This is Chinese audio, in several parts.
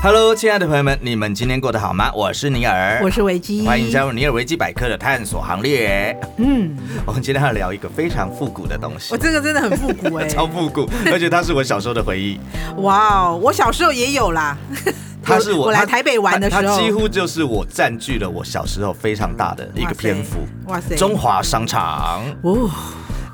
Hello，亲爱的朋友们，你们今天过得好吗？我是尼尔，我是维基，欢迎加入尼尔维基百科的探索行列。嗯，我们今天要聊一个非常复古的东西我，这个真的很复古哎、 超复 古，而且它是我小时候的回忆。哇哦，我小时候也有 啦。它是我我来它台北玩的时它候，它几乎就是我占据了我小时候非常大的一个篇幅。哇塞，哇塞中华商场，哦，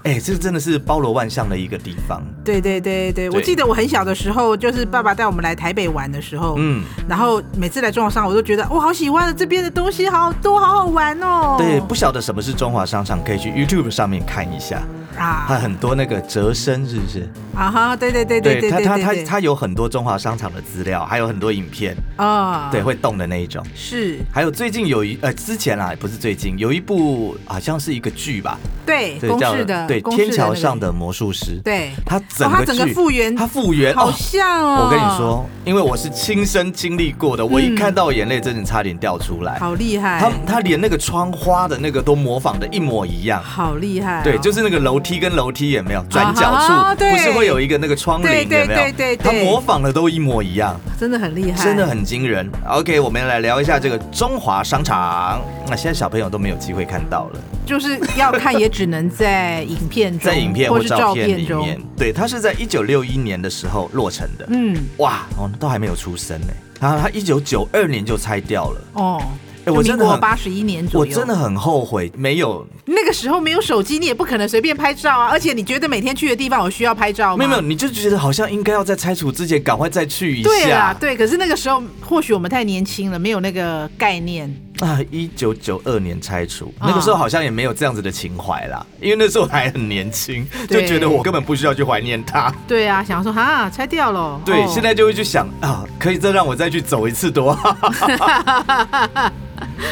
哎、这真的是包罗万象的一个地方。对对对对，我对记得我很小的时候，就是爸爸带我们来台北玩的时候，嗯，然后每次来中华商，我都觉得我好喜欢啊这边的东西，好多，好好玩哦。对，不晓得什么是中华商场，可以去 YouTube 上面看一下，它啊很多那个折身是不是？啊哈，对对对对对它对它对它对，它有很多中华商场的资料，还有很多影片，啊，对，，会动的那一种。是，还有最近有一呃，之前啦，不是最近有一部好像是一个剧吧，对，对，公叫式的，对公式天桥上那个，的魔术师，，对，它整哦它个整个剧复原它复原好哦。像哦，我跟你，说，因为我是亲身经历过的，我一嗯看到眼泪真的差点掉出来。好哎厉害，他他连那个窗花的那个都模仿的一模一样。好厉害哦，对，就是那个楼梯跟楼梯也没有转角啊哈处，对不是会有一个那个窗对帘对有没有？对对对他模仿的都一模一样，真的很厉害，真的很惊人。OK，我们来聊一下这个中华商场。那现在小朋友都没有机会看到了，就是要看也只能在影片中，在影片或或是照照片片里中，面，对，它是在一九六一年的时候落成的。嗯，哇，哦，都还没有出生呢。然后他一九九二年就拆掉了，哦，哎我真的很八十一年我左右，真的很后悔没有那个时候没有手机，你也不可能随便拍照啊，而且你觉得每天去的地方有需要拍照吗？没有没有，。你就觉得好像应该要在拆除之前赶快再去一下。对啊啦，对，可是那个时候或许我们太年轻了，没有那个概念。啊，一九九二年拆除，啊那个时候好像也没有这样子的情怀啦，因为那时候还很年轻，就对觉得我根本不需要去怀念它。对啊，想说哈拆掉了。对，哦现在就会去想啊，可以再让我再去走一次多好。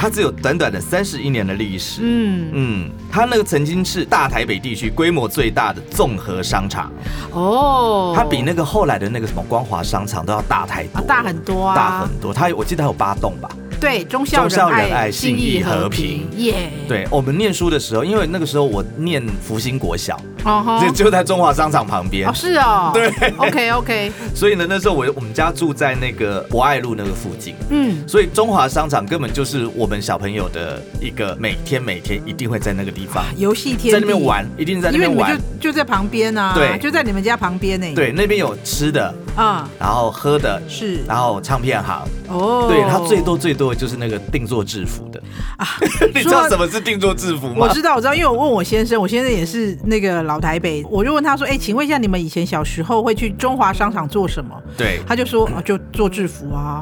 它只有短短的三十一年的历史。嗯嗯它那个曾经是大台北地区规模最大的综合商场，哦，它比那个后来的那个什么光华商场都要大太多啊了、大很多啊，嗯大很多。它有我记得它有八栋吧？对忠孝忠孝仁仁爱信义和平耶，，对，我们念书的时候，因为那个时候我念福星国小，哦吼就就在中华商场旁边哦，是哦，对 ，OK OK，所以呢，那时候我我们家住在那个博爱路那个附近，嗯，所以中华商场根本就是我们小朋友的一个每天每天一定会在那个地方，游戏天地在那边，玩，一定在那因为边你玩们。就就在旁边啊，对就在你们家旁边呢、，对，那边有吃的，啊、然后喝的，是然后唱片行。啊哦，对，它最多最多的就是那个定做制服的。啊， 你知道什么是定做制服我吗？知道，我知道，因为我问我先生，我先生也是那个老台北，我就问他说，哎、请问一下，你们以前小时候会去中华商场做什么？对，他就说，啊、就做制 服啊，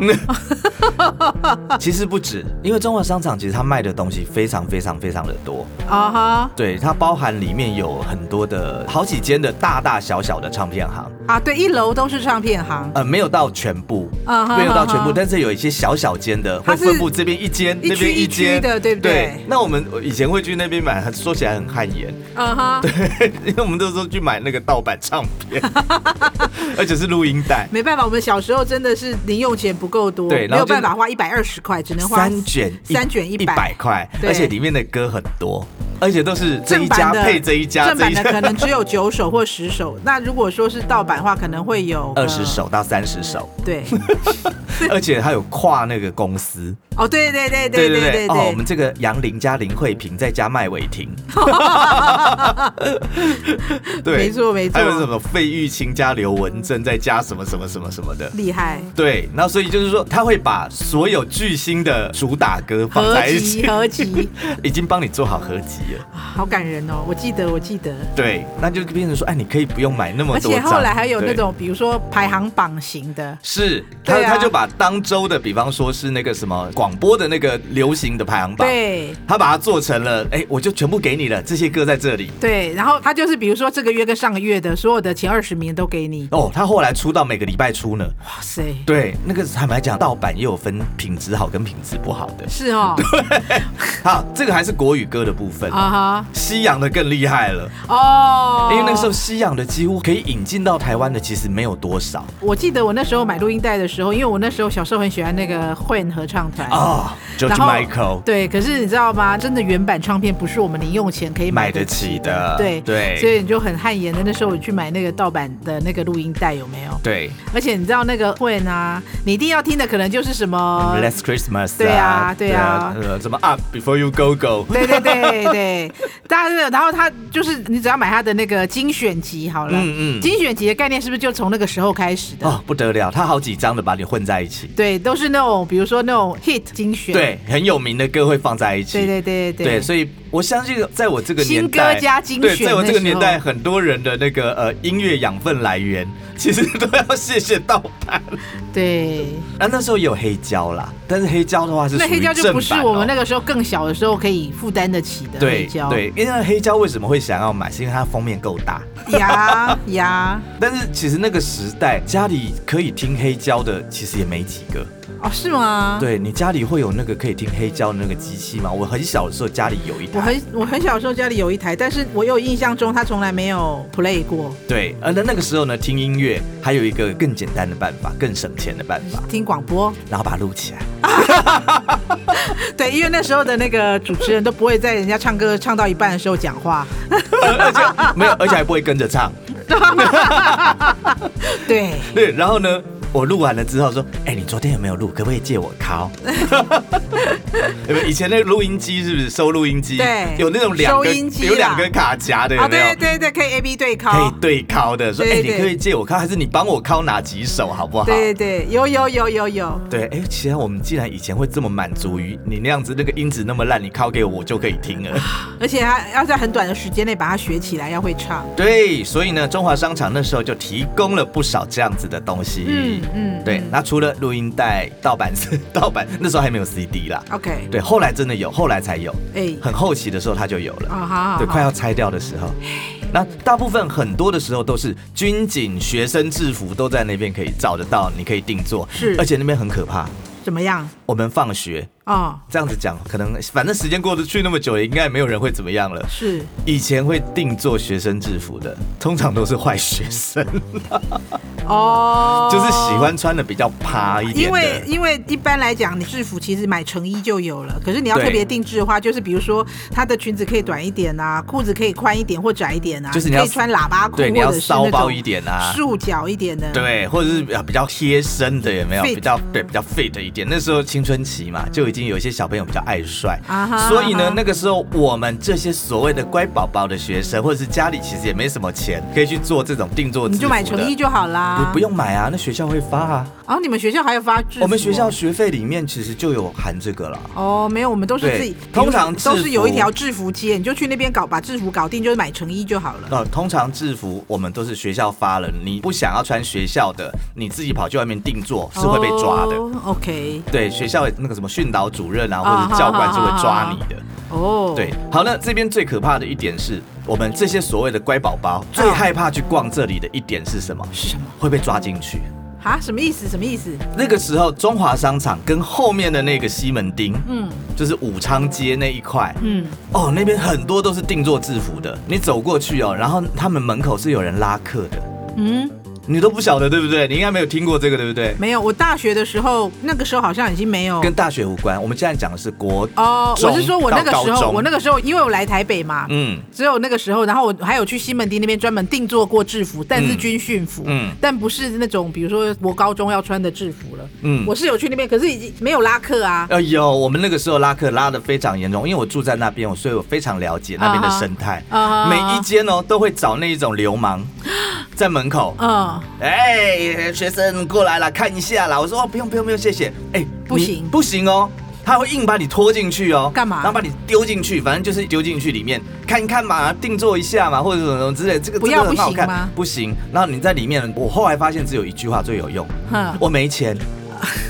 其实不止，因为中华商场其实它卖的东西非常非常非常的多。啊哈，对，它包含里面有很多的好几间的大大小小的唱片行，啊，对，一楼都是唱片行，呃，没有到全部，啊哈没有到全啊部，哈但是有一些小小间的会它是分布这边一间，一那边区一区间的对不对对。那我们以前会去那边买，说起来很汗颜， 啊哈，因为我们那时候去买那个盗版唱片， 而且是录音带，没办法，我们小时候真的是零用钱不够多，对然没后有就办法花一百二十块，只能花三卷三卷一一百块，对而且里面的歌很多，而且都是这正一版家的配这一家，正这版一的家可能只有九首或十首。那如果说是盗版的话，可能会有 二十。首到三十 首，呃对，而且它有跨那个公司。哦，对对对对对对哦，我对们这个杨林加林慧萍再加麦伟 霆，对，没错没错还有什么费玉清加刘文正再加什么什么什么什么的。厉害，对，那所以就是说，他会把所有巨星的主打歌放合在一起集，合集， 已经帮你做好合集了。好感人哦！我记得我记得，对，那就变成说，哎，你可以不用买那么而多且张。后来还有那对种比如说排行榜型的，是，他、对啊他就把当周的，比方说是那个什么广播的那个流行的排行榜，对。他把它做成了，哎、我就全部给你了，这些歌在这里。对，然后他就是比如说这个月跟上个月的所有的前二十名都给你，哦，他后来出到每个礼拜出呢。哇塞，对，那个坦白讲，盗版也有分品质好跟品质不好的。是哦，好，这个还是国语歌的部分。啊哈，西洋的更厉害了，哦，因为那个时候西洋的几乎可以引进到台湾的其实没有多少我记得我那时候买录音带的时候，因为我那时候小时候很喜欢那个混合唱团。啊。George 哎然后 Michael 对，可是你知道吗？真的原版唱片不是我们零用钱可以买买得得起起的，对所对以你就很汗颜的。那时候我去买那个盗版的那个录音带，有没有？对而且你知道那个混啊，你一定要听的可能就是什么，Last Christmas，对啊对啊呃，什么 Up Before You Go Go，对对对对，大家然后他就是你只要买他的那个精选集好了，嗯嗯精选集的概念是不是就从那个时候开始的？哦，不得了，他好几张的把你混在一起，对，都是那种比如说那种 hit 精选，对，很有名的歌会放在一起，对对对对对，所以我相信，在我这个年代，新歌加精选对，在我这个年那代，时很多人的那个呃音乐养分来源，其实都要谢谢盗版。 对啊，那时候也有黑胶啦，但是黑胶的话是那属于黑胶就不是正版哦我们那个时候更小的时候可以负担得起的黑对胶， 对，因为黑胶为什么会想要买，是因为它封面够大。呀呀，但是其实那个时代，家里可以听黑胶的其实也没几个。哦是吗？，对你家里会有那个可以听黑胶的那个机器吗？我很小的时候家里有一台。我很我很小的时候家里有一台，但是我有印象中它从来没有 play 过，对，呃，那那个时候呢，听音乐还有一个更简单的办法，更省钱的办法，听广 播。然后把它录起来。对，因为那时候的那个主持人都不会在人家唱歌唱到一半的时候讲 话。而且 没有，而且还不会跟着唱。对，对，然后呢，我录完了之后说：“哎、你昨天有没有录？可不可以借我拷？” 有没有以前那个录音机是不是收录音机？对有那种两收根音机有啦两根卡夹的，有啊，没有？对对对，可以 A B 对可以考。对拷的，说：“哎、对你对可不可以借我拷，还是你帮我拷哪几首，好不好？”对对，有有有有有，对，哎、其实我们既然以前会这么满足于你那样子，那个音质那么烂，你拷给我，我就可以听了。而且他要在很短的时间内把它学起来，要会唱。对，所以呢，中华商场那时候就提供了不少这样子的东西。嗯嗯对嗯。那除了录音带、盗版是 盗版，那时候还没有 CD 啦。 OK，对，后来真的有，后来才有，哎，很后期的时候它就有了。啊好好，对，好快要拆掉的时候，那大部分很多的时候都是军警、学生制服都在那边可以找得到，你可以定做。是而且那边很可怕。怎么样？我们放学哦，这样子讲，可能反正时间过得去那么久，也应该没有人会怎么样了。是以前会定做学生制服的，通常都是坏学生，哦，就是喜。欢穿的比较趴一点的。因为因为一般来讲，你制服其实买成衣就有了，可是你要对特别定制的话，就是比如说它的裙子可以短一点啊，裤子可以宽一点或窄一点啊，就是你要可以穿喇叭裤，对，你或要者是骚那包种一点啊，束脚一点的，对，或者是比较比较贴身的，有没有？ Fit 比较对，比较 fit 一点。那时候青春期嘛，就已经有一些小朋友比较爱帅啊哈所以啊呢哈，那个时候我们这些所谓的乖宝宝的学生，或者是家里其实也没什么钱，可以去做这种定做制你服的，就买成衣就好啦，不不。用买啊，那学校会发啊。然后你们学校还有发制服哦我们学校学费里面其实就有含这个了。哦，没有，我们都是对自己，通常制服都是有一条制服街，你就去那边搞，把制服搞定，就是买成衣就好了。呃，通常制服我们都是学校发了，你不想要穿学校的，你自己跑去外面定做是会被抓的。哦 OK，对，学校那个什么训导主任啊，或者是教官是会抓你的。哦，对，，好，那这边最可怕的一点是我们这些所谓的乖宝宝最害怕去逛这里的一点是什么？啊是什么？会被抓进去。啊，什么意思？什么意思？那个时候，中华商场跟后面的那个西门町，嗯就是武昌街那一块，嗯，哦，那边很多都是定做制服的。你走过去哦，然后他们门口是有人拉客的，嗯，你都不晓得对不对？你应该没有听过这个对不对？没有，我大学的时候，那个时候好像已经没有。跟大学无关，我们现在讲的是国，哦，我是说我那个中时到高候，中我那个时候，因为我来台北嘛，嗯，只有那个时候，然后我还有去西门町那边专门定做过制服，但是军训服，嗯但不是那种比如说我高中要穿的制服了，嗯我是有去那边，可是已经没有拉客啊，呃，有，我们那个时候拉客拉的非常严重，因为我住在那边，我所以我非常了解那边的生态。啊哈每一间哦都会找那一种流氓在门口，嗯，哎、学生过来了，看一下啦。我说哦，不用不用不用，谢谢。哎、不你行不行哦。他会硬把你拖进去哦，干嘛然后把你丢进去，反正就是丢进去里面看一看嘛，定做一下嘛，或者什么什么之类的。这个不要这个很好不行看吗不行。然后你在里面，我后来发现只有一句话最有用， 哼，我没钱，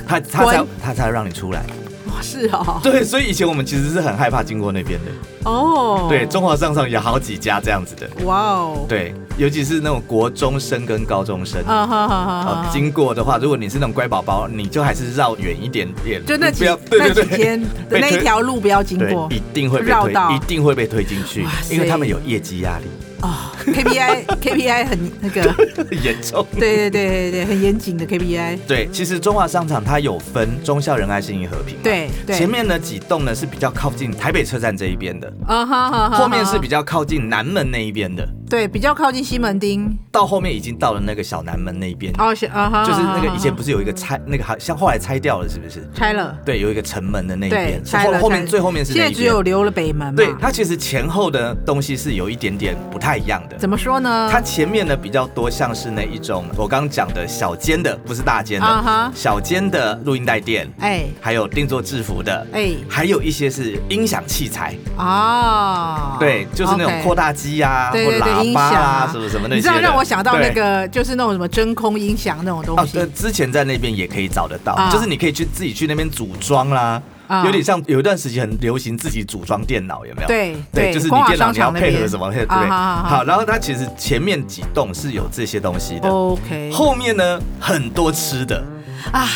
他他才滚他才让你出来。哇是哦，对，所以以前我们其实是很害怕经过那边的。哦，对，中华商场有好几家这样子的。哇哦，，对，尤其是那种国中生跟高中生。啊哈哈哈哦哈，经过的话，如果你是那种乖宝宝，你就还是绕远一点点，就那不几要那对几对对，天的 被那推一条路不要经对过，一定会被绕推道，一定会被推进去哇，塞因为他们有业绩压力， 哦 KPI KPI 很那个，很严重。 对对对对对，很严谨的 KPI，对，其实中华商场它有分忠孝仁爱信义和平嘛，对对，前面呢几栋呢是比较靠近台北车站这一边的，啊哈哈哈，后面是比较较靠近南门那一边的，对比较靠近西门町，到后面已经到了那个小南门那一边，哦是啊哈，就是那个以前不是是有一个拆那个好像后来拆掉了是不是？拆了，对，有一个城门的那一对边，，拆后了，后拆面了最后面是现那在一只边有。留了北门嘛，对，它其实前后的东西是有一点点不太一样的。怎么说呢？它前面呢比较多像是那一种我刚刚讲的小间的，不是大间的啊哈小间的录音带店，哎还有定做制服的，哎还有一些是音响器材，啊，对，就是那种 OK 扩大机啊，对对或对，喇音叭响啊，什么什么那些的。你知道让我想到那对。个，就是那种什么真空音响那种东哦，西对，之前在那边也可以找得到，啊就是你可以去自己去那边组装啦，啊有点像有一段时期很流行自己组装电脑，有没有？对对，就是你光华电脑商你要场那配合边什么，对不啊对？好好好好，然后它其实前面几栋是有这些东西的，哦 OK，后面呢很多吃的，啊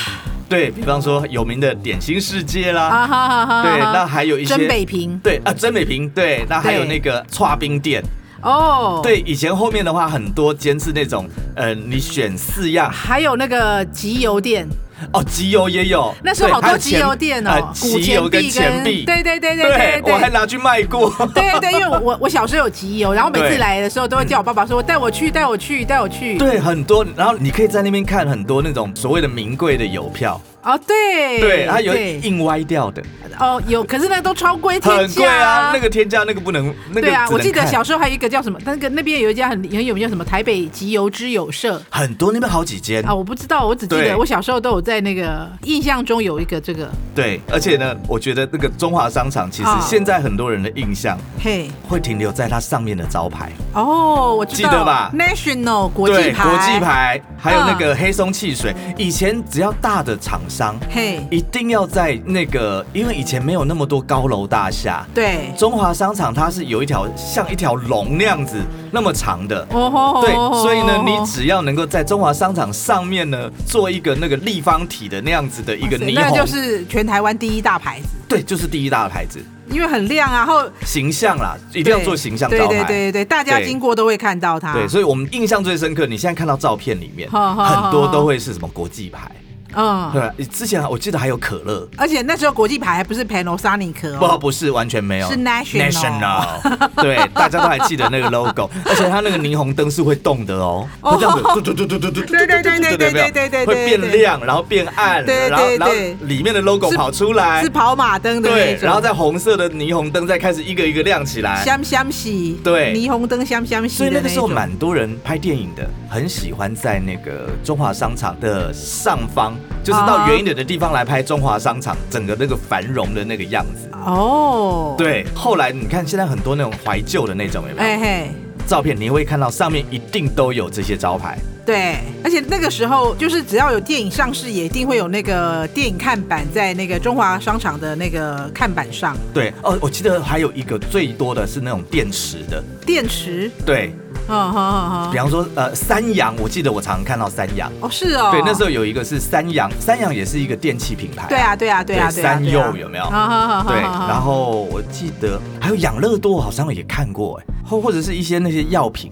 对比方说有名的点心世界啦，啊哈哈哈，对，哈那还有一些真北平对啊，真美平对，那还有对那个串冰店，哦，，对，以前后面的话很多间是那种，呃，你选四样还有那个集邮店，哦，集邮也有，那时候对好还有多集钱邮店哦呃，古集邮钱跟币钱币，对对对对对，我还对。拿去卖过，对对，因为我我我小时候有集邮，然后每次对来的时候都会叫我爸爸说带我去带我去带我去。对，很多，然后你可以在那边看很多那种所谓的名贵的邮票，哦对对，它有对印歪掉的，哦有，可是那个都超贵天很贵价啊，那个天价那个不能，那个对啊，只我能记得看小时候还有一个叫什么，那个那边有一家很很有名叫什么台北集邮之友社很多那边好几间啊，，我不知道，我只记对得我小时候都有在那个印象中有一个这个，对，而且呢，我觉得那个中华商场其实啊现在很多人的印象嘿，会停留在它上面的招牌。哦，我知道，记得吧？National 国际对，牌，嗯国际，牌，还有那个黑松汽水。以前只要大的厂商，嘿，一定要在那个，因为以前没有那么多高楼大厦，对，中华商场它是有一条像一条龙那样子那么长的。哦吼，哦对，所以呢，你只要能够在中华商场上面呢，做一个那个立方体的那样子的一个霓那虹，就是全台湾第一大牌子，对，就是第一大的牌子，因为很亮啊，然后形象啦，一一定要做形象招牌。对对对对，大家对经过都会看到它，对，所以我们印象最深刻，你现在看到照片里面，好好好很多都会是什么国际牌。嗯。对，啊之前我记得还有可乐，而且那时候国际牌还不是 Panasonic 哦，不好，不是完全没有，是 national national 对，大家都还记得那个 logo，而且它那个霓虹灯是会动的哦，它这样子，嘟嘟嘟嘟嘟嘟嘟，对对对对对对对对对会变亮，然后变暗，对对然后对然后对里面的 logo 是跑出来是，跑马灯的那哎对，种，然后在红色的霓虹灯再开始一个一个亮起来，香香喜，对霓虹灯香香喜所的以那个那时候一种蛮多人拍电影的，很喜欢在那个中华商场的上方，就是到啊远一点的地方来拍中华商场整个那个繁荣的那个样子。哦，，对，后来你看现在很多那种怀旧的那种有没有、哎嘿，照片，你会看到上面一定都有这些招牌。对，而且那个时候就是只要有电影上市，也一定会有那个电影看板在那个中华商场的那个看板上，对，哦，我记得还有一个最多的是那种电池的，电池，对嗯哼哼比哼，方说呃三洋，我记得我常看到三洋。哦是哦，对，那时候。候有一个是三洋，三洋也是一个电器品牌、对啊，对啊，对啊，对对啊，三对啊佑有没 有啊哈哈哈对，哈然后我记得还有养乐多，好像也看过哎，或或者是一些那些药品，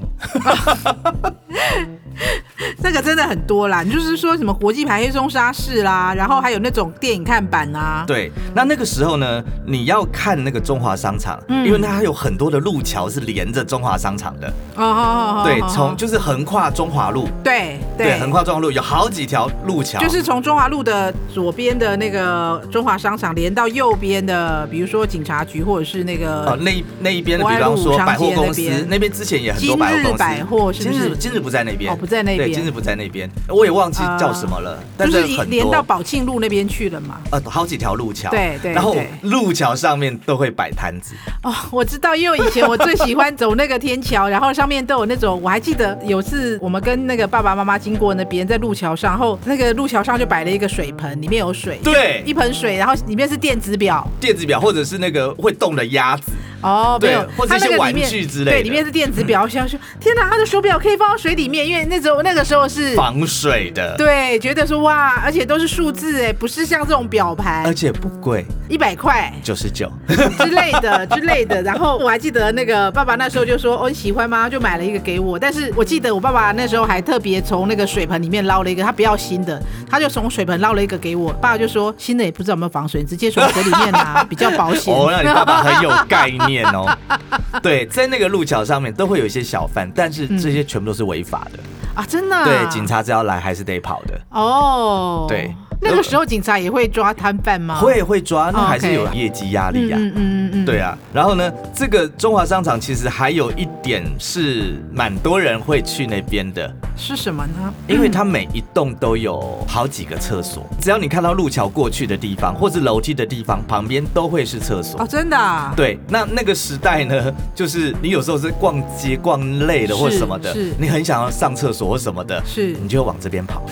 那个真的很多啦，你就是说什么国际牌黑松沙士啦，然后还有那种电影看板啊，对，那那个时候呢，你要看那个中华商场，嗯因为它有很多的路桥是连着中华商场的，哦哦哦，对哦，从就是横跨中华路，对对，横跨中华路有好几条路桥，就是从中华路的左边的那个中华商场，连到右边的，比如说警察局或者是那个，呃那一那一边的，国比安方路说商百货街那公司边那边之前也很多今百货日公司，百货是不今日是今日不在那边，哦不在那边啊对，今今日不在那边，我也忘记叫什么了，但就是是一很连多到宝庆路那边去了嘛。呃好几条路桥，对对然后对路桥上面都会摆摊子，哦， 我知道，因为以前我最喜欢走那个天桥，然后上面都有那种，我还记得有次我们跟那个爸爸妈妈经过那边，在路桥上，然后那个路桥上就摆了一个水盆，里面有水，对一，盆水，然后里面是电子表，电子表或者是那个会动的鸭子，哦，对没有，或者它一些那个玩里面具之类的对，里面是电子表，我想说，天哪，他的手表可以放到水里面，因为那时候那个时候是。防水的，对，觉得说哇，而且都是数字哎，不是像这种表而盘且不贵，一百块九十 九。之类的 之类的。然后我还记得那个爸爸那时候就说哦你喜欢吗？就买了一个给我。但是我记得我爸爸那时候还特别从那个水盆里面捞了一个，他不要新的，他就从水盆捞了一个给我。爸爸就说新的也不知道有没有防水，你直接从水里面拿比较保险。哦，那你爸爸很有概念 哦。对，在那个路桥上面都会有一些小贩，但是这些全部都是违法的。啊，真的啊、对，警察只要来还是得跑的，哦，对那个时候警察也会抓摊贩吗？会会抓，那还是有嗯哦 OK 业绩压力嗯，呀、嗯嗯嗯嗯，对啊，然后呢，这个中华商场其实还有一点是蛮多人会去那边的，是什么呢？因为它每一栋都有好几个厕所，只要你看到路桥过去的地方或是楼梯的地方，旁边都会是厕所哦，。真的、啊，对，那那个时代呢， 就是你有时候是逛街逛累了或是什么的是，你很想要上厕所或什么的，是啊你就会往这边跑，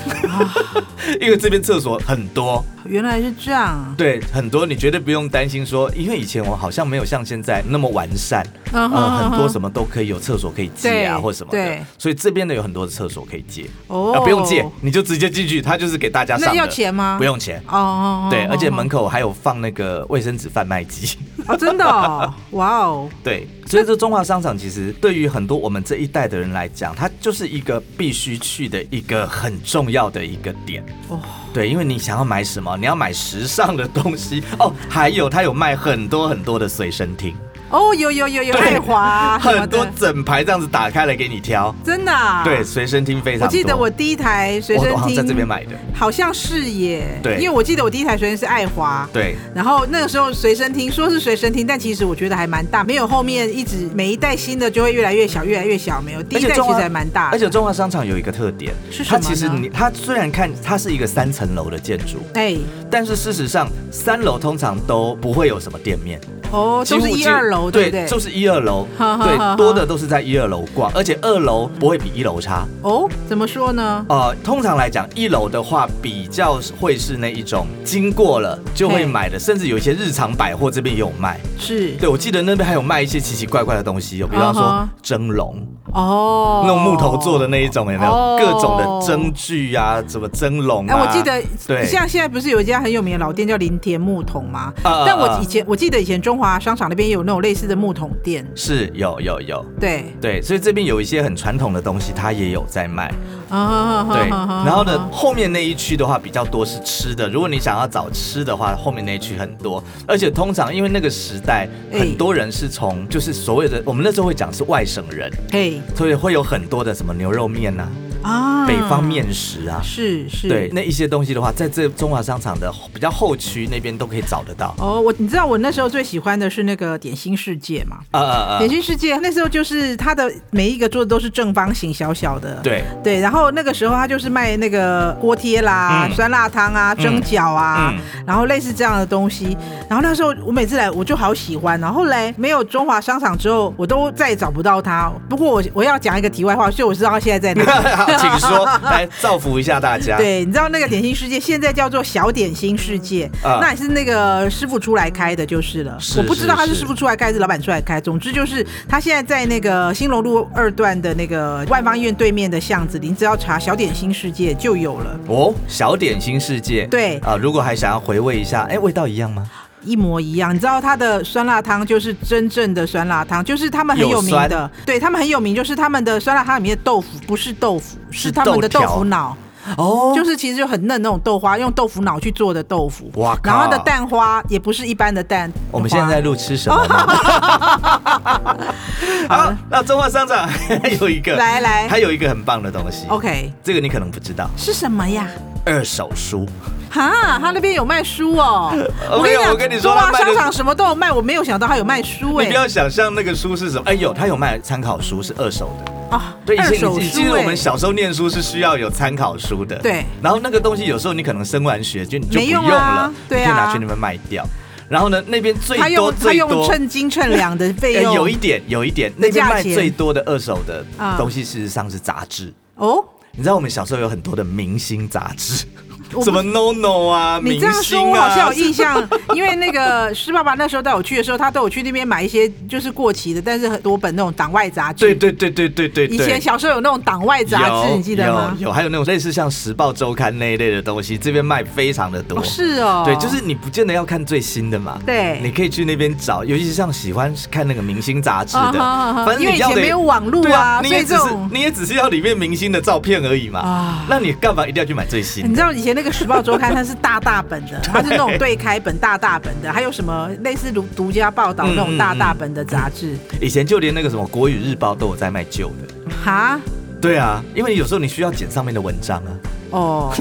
因为这边厕所很多，原来是这样。对，很多你绝对不用担心说，因为以前我好像没有像现在那么完善，嗯哼呃，很多嗯哼什么都可以有厕所可以借啊对或什么的对，所以这边的有很多的厕所可以借，哦啊不用借，你就直接进去，它就是给大家上那的，要钱吗？不。用钱。哦哦，哦对，而且哦门口还有放那个卫生纸贩卖机。哦，真的、哦，哇哦，对，所以这中华商场其实对于很多我们这一代的人来讲，它就是一个必须去的一个很重要的一个点。哦，对，因为你想要买什么，你要买时尚的东西哦，还有它有卖很多很多的随身听，哦，有有有有对爱华啊什 么很多的，整排这样子打开来给你挑。真的、啊。对，，随身听非常多。我记得我第一台随我身好像听在这边，买的。好像是耶。对因为我记得我第一台随身是爱华。对，然后那个时候随身听说是随身听，但其实我觉得还蛮大，没有后面一直每一代新的就会越来越小，越来越小，没有第一代其实还蛮大的而且中华商场有一个特点，是什它么其实呢你它虽然看它是一个三层楼的建筑，哎但是事实上三楼通常都不会有什么店面。哦，几都乎是一只二楼，对不对？就是一二楼，哈哈哈哈对，多的都是在一二楼逛，而且二楼不会比一楼差。哦，怎么说呢？呃，通常来讲，一楼的话比较会是那一种经过了就会嘿买的，甚至有一些日常百货这边也有卖。是对，我记得那边还有卖一些奇奇怪怪的东西，有比方说啊哈蒸笼哦，那种木头做的。那一种，有没有？哦各种的蒸具啊，什么蒸笼哎、啊。我记得对像现在不是有一家很有名的老店叫林田木桶吗？啊但啊我啊以前我记得以前中华商场那边也有那种类似的木桶店，是有有有，对，对，所以这边有一些很传统的东西，它也有在卖。啊，对，哈哈然后呢哈，后面那一区的话比较多是吃的。如果你想要找吃的话，后面那一区很多，而且通常因为那个时代，哎很多人是从就是所谓的我们那时候会讲是外省人，嘿所以会有很多的什么牛肉面啊、啊，北方面食啊，是是，对那一些东西的话，在这中华商场的比较后区那边都可以找得到。哦，我你知道我那时候最喜欢的是那个点心世界嘛？啊啊啊点！心世界那时候就是它的每一个做的都是正方形小小的，对 对，然后那个时候它就是卖那个锅贴啦、嗯酸辣汤啊、蒸饺啊，然后类似这样的东西。然后那时候我每次来我就好喜欢，然后后来没有中华商场之后，我都再也找不到它。不过我我要讲一个题外话，所以我知道它现在在 哪。好请说，来造福一下大家。对，你知道那个点心世界现在叫做小点心世界，啊那也是那个师傅出来开的，就是了。是我不知道他是是师傅出来开还是老板出来开，总之就是他现在在那个兴隆路二段的那个万方医院对面的巷子里，你只要查小点心世界就有了，哦，小点心世界。对啊，如果还想要回味一下，哎，味道一样吗？一模一样。你知道他的酸辣汤就是真正的酸辣汤，就是他们很有有名酸的，对他们很有名，就是他们的酸辣汤里面的豆腐不是豆腐，是是他们的豆豆条腐脑。哦，就是其实就很嫩那种豆花，用豆腐脑去做的豆腐。哇靠然后它的蛋花也不是一般的蛋花。我们现在在录吃 什么吗？好，那中华商场 还有一个，来来哦还有一个很棒的东西。 OK 这个你可能不知道，是什么呀？二手书。哈，他那边有卖书哦。 OK，我跟你说中他华卖的商场什么都有卖，我没有想到他有卖书你哎、不要想象那个书是什么，哎呦，它有卖参考书是二手的，啊，对，以二前手以记书得我们哎，小时候念书是需要有参考书的，对。然后那个东西有时候你可能升完学就你就不没用用了，啊对啊你可以拿去那边卖掉。然后呢，那边最他多用他最用多。称斤称 两的费呃用，有一点，有一点，那边卖价钱最多的二手的啊东西，事实上是杂志。哦，你知道我们小时候有很多的明星杂志，我什么 No No 啊，你明这样说，星我好像啊有，印象，因为那个 施爸爸那时候带我去的时候，他都有去那边买一些就是过期的，但是很多本那种党外杂对志。对对对对对对。以前小时候有那种党外杂志，有你记得吗？有有，还有那种类似像《时报周刊》那一类的东西，这边卖非常的多。哦，是哦，对，就是你不见得要看最新的嘛，对你可以去那边找，尤其是像喜欢看那个明星杂志啊的，哈啊哈反正因为你以要前得没有网络对啊，啊，你所也以只这是种。你也只是要里面明星的照片而已嘛，啊嗯那你干嘛一定要去买最新的？你知道以前那个《时报周刊》它是大大本 的，它是那种对开本大大本的，还有什么类似独独家报道那嗯嗯种嗯大大本的杂志，以前就连那个什么《国语日报》都有在卖旧的。哈对啊，因为有时候你需要剪上面的文章啊。 哦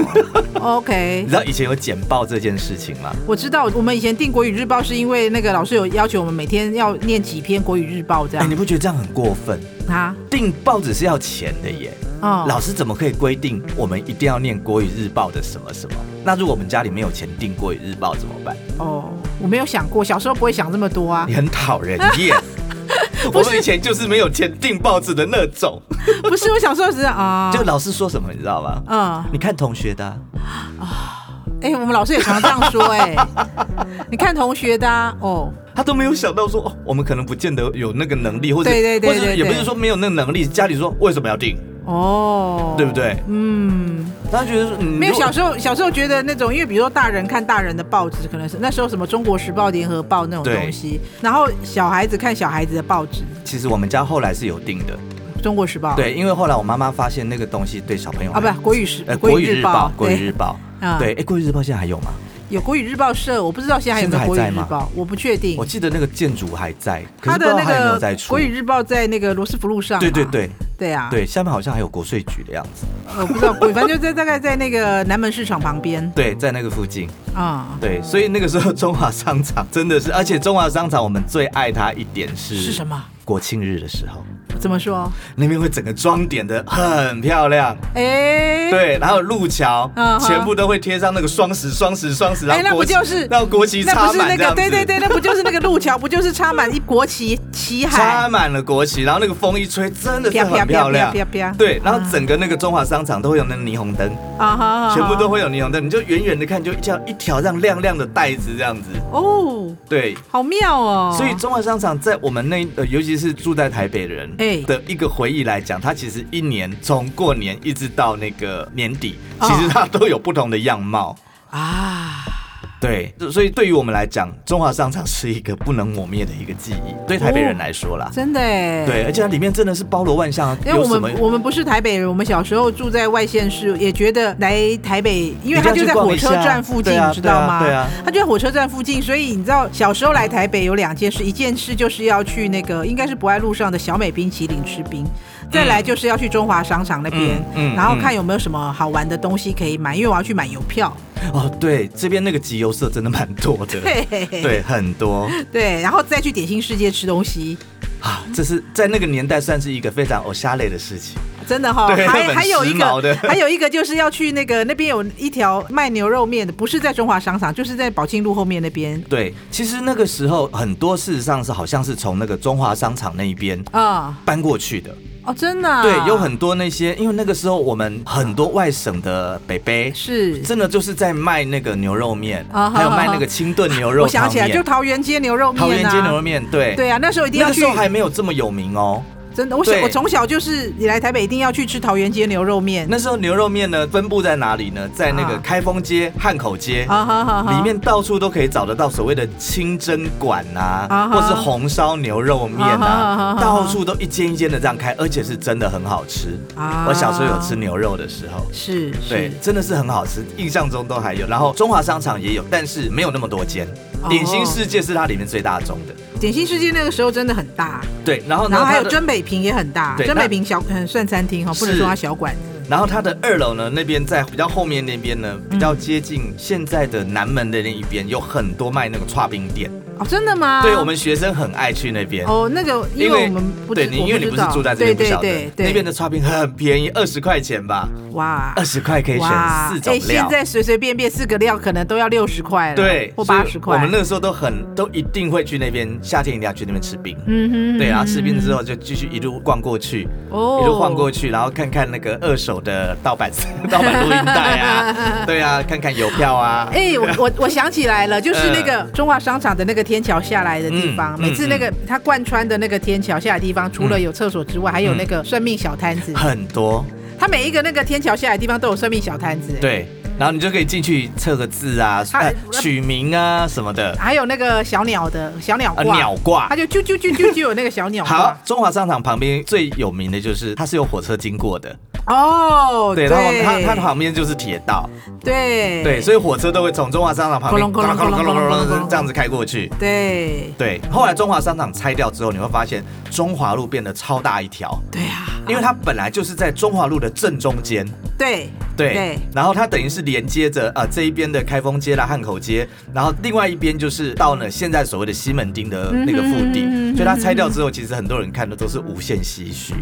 ，OK，你知道以前有剪报这件事情吗？我知道，我们以前订国语日报是因为那个老师有要求我们每天要念几篇国语日报这哎、样你不觉得这样很过分？啊，订报纸是要钱的耶。哦老师怎么可以规定我们一定要念《国语日报》的什么什么？那如果我们家里没有钱订《国语日报》怎么办？哦，我没有想过，小时候不会想这么多啊 你，很讨人厌。 我们以前就是没有钱订报纸的那种，不是我小时候只是啊， 就老师说什么你知道吗？嗯，你看同学的啊、哎、我们老师也常这样说、 哎，你看同学的、啊、哦，他都没有想到说，哦，我们可能不见得有那个能力，或者对对对或者对也不对是说没有那个能力，家里说为什么要订，哦，对不？对？嗯，他觉得说没有小时候，小时候觉得那种，因为比如说大人看大人的报纸，可能是那时候什么《中国时报》《联合报》那种对东西，然后小孩子看小孩子的报纸，其实我们家后来是有订的， 《中国时报》对，因为后来我妈妈发现那个东西对小朋友啊，不是，国语时呃国语日报，国对语日报，啊对，哎，国语日报现在还有吗？有国语日报社，我不知道现在还有没有国语现在日还在报，我不确定我。记得那个建筑还在，可他是不的知道那还有没有个在出国。语日报在那个罗斯福路上、对对，对对啊，呃对，下面好像还有国税局的样子，我不知道，反正就在大概在那个南门市场旁边对，在那个附近，啊、对，所以那个时候中华商场真的是，而且中华商场我们最爱它一点是是什么？国庆日的时候，怎么说？那边会整个装点的很漂亮，哎、对，然后路桥嗯哼全部都会贴上那个双十、双十、双十，然哎后那国不旗就是让国旗那插不是那满这样个，子，对对对，那不就是那个路桥，不就是插满一国旗 旗插海？啊满了国旗，然后那个风一吹，真的是很漂亮。啪对，然后整个那个中华商场都会有那个霓虹灯，啊哈，全部都会有霓虹灯，你就远远的看，就这样一条这样亮亮的带子这样子。哦，对，好妙哦。所以中华商场在我们那呃，尤其是住在台北的人哎的一个回忆来讲，它其实一年从过年一直到那个年底，哦其实它都有不同的样貌。啊，对，所以对于我们来讲，中华商场是一个不能磨灭的一个记忆，对台北人来说啦。真的哎。对，而且它里面真的是包罗万象啊，因为有我什么们？我们不是台北人，我们小时候住在外县市，也觉得来台北，因为一定它要就去在逛火一车下站附近，对啊你知道吗？对啊对它就在火车站附近，所以你知道小时候来台北有两件事，一件事就是要去那个应该是博爱路上的小美冰淇淋吃冰，再来就是要去中华商场那边，嗯嗯嗯然后嗯看有没有什么好玩的东西可以买，因为我要去买邮票。哦，对，这边那个集邮社真的蛮多的， 对对，很多对然后再去点心世界吃东西。啊，这是在那个年代算是一个非常偶像类的事情。真的哈、对 还很还有一时髦的个，还有一个就是要去那个那边有一条卖牛肉面的，不是在中华商场，就是在宝庆路后面那边对，其实那个时候很多事实上是好像是从那个中华商场那一边啊、搬过去的。哦，真的啊、对，有很多那些，因为那个时候我们很多外省的北北。是，真的就是在卖那个牛肉面，啊好还有卖那个清炖牛肉我汤面。想起来就桃园街牛肉面啊，桃园街牛肉面，对对啊，那时候一定欸那要个去时，候还没有这么有名哦。真的，我小对我从小就是你来台北一定要去吃桃园街牛肉面，那时候牛肉面呢，分布在哪里呢？在那个啊开封街、汉口街。啊哈哈哈，里面到处都可以找得到所谓的清真馆啊，啊或哈是红烧牛肉面啊哈啊哈啊啊，哈到处都一间一间的这样开，而且是真的很好吃。啊我小时候有吃牛肉的时候，是对是，真的是很好吃，印象中都还有。然后中华商场也有，但是没有那么多间。哦点心世界是它里面最大宗的，点心世界那个时候真的很大，对。然后呢，然后还它有的真北平也很大，对真那北平小嗯算餐厅哈，不能是说它小馆子。然后它的二楼呢，那边在比较后嗯面那边呢，比较接近现在的南门的那一边，有很多卖那个串冰店。哦，真的吗？对我们学生很爱去那边。哦，那个因为我们不知对你，因为你不是住在这边，不对晓对得对对，那边的刨冰很便宜，二十块钱吧，哇二十块可以选四种哎料现。在随随便便四个料可能都要六十块了，对，或所以八十块。我们那个时候都很都一定会去那边，夏天一定要去那边吃冰。嗯哼，对，然后吃冰之后，后就继续一路逛过去，哦一路晃过去，然后看看那个二手的盗版 盗版录音带 啊，对啊，看看邮票啊。哎、我我我想起来了，就是那个中华商场的那个天桥下来的地方，嗯每次那个它贯穿的那个天桥下来的地方，除了有厕所之外，还有那嗯个算命小摊子。很多，它每一个那个天桥下来的地方都有算命小摊子。。对，然后你就可以进去测个字啊，它呃取名啊什么的，还有那个小鸟的小鸟啊挂，鸟挂它。就啾啾啾啾啾有那个小鸟好挂。，中华商场旁边最有名的就是它是有火车经过的，哦，对，然后对，它它旁边就是铁道，对对，所以火车都会从中华商场旁边咕隆咕隆咕隆咕隆咕隆咕隆这样子开过去。对对，后来中华商场拆掉之后，你会发现中华路变得超大一条，对啊，因为它本来就是在中华路的正中间，对对，对然后它等于是连接着呃这一边的开封街啦、汉口街，然后另外一边就是到了现在所谓的西门町的那个腹地，嗯哼所以它拆掉之后，其实很多人看的都是无限唏嘘。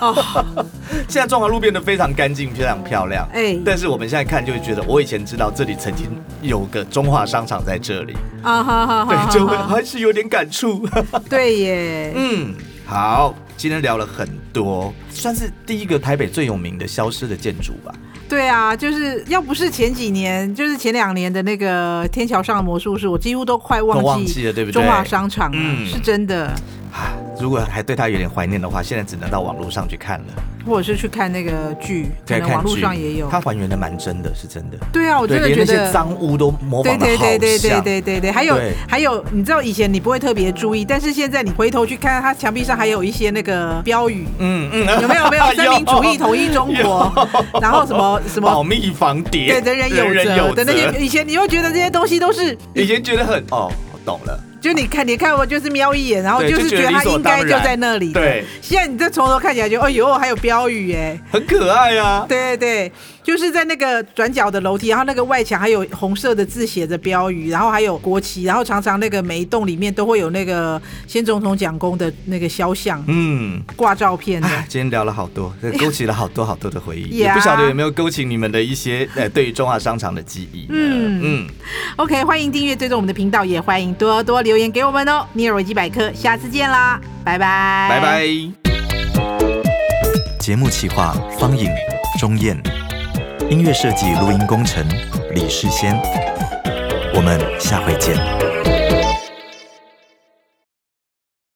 哦， 现在中华路变得非常干净、非常漂亮。哎但是我们现在看就会觉得，我以前知道这里曾经有个中华商场在这里，啊哈哈哈，对，就会还是有点感触。 对耶，嗯，好，今天聊了很多，算是第一个台北最有名的消失的建筑吧。对啊，就是要不是前几年，就是前两年的那个天桥上的魔术师，我几乎都快忘都记忘记了对不对中华商场了，嗯是真的，啊，如果还对他有点怀念的话，现在只能到网络上去看了，或者是去看那个剧，可对，能看网络剧上也有。他还原的蛮真的，是真的。对啊，我真对，的连觉那些得。脏污都模对仿的好对像。对对对对对对，还有对还有，你知道以前你不会特别注意，但是现在你回头去看，它墙壁上还有一些那个标语，嗯嗯，有没有？ 没有，三民主义统一中国，然后什么什保么，密防谍，对人人有责的那些，以前你会觉得这些东西都是已经觉得很哦，我懂了。就你看，你看我就是瞄一眼，然后对就就是觉觉得理得它所应该就当然在那里。，对，现在你这从头看起来就，哎呦，还有标语哎，很可爱啊。对对对，就是在那个转角的楼梯，然后那个外墙还有红色的字写着标语，然后还有国旗，然后常常那个每一栋里面都会有那个先总统蒋公的那个肖像嗯，挂照片的。哎今天聊了好多， 勾起了好多好多的回忆，也呀不晓得有没有勾起你们的一些呃对于中华商场的记忆呢。嗯嗯， OK，欢迎订阅追踪我们的频道，也欢迎多多留言给我们哦。尼尔维基百科，下次见啦，拜拜，拜拜。节目企划：方颖、钟燕，音乐设计、录音工程：李世先。我们下回见。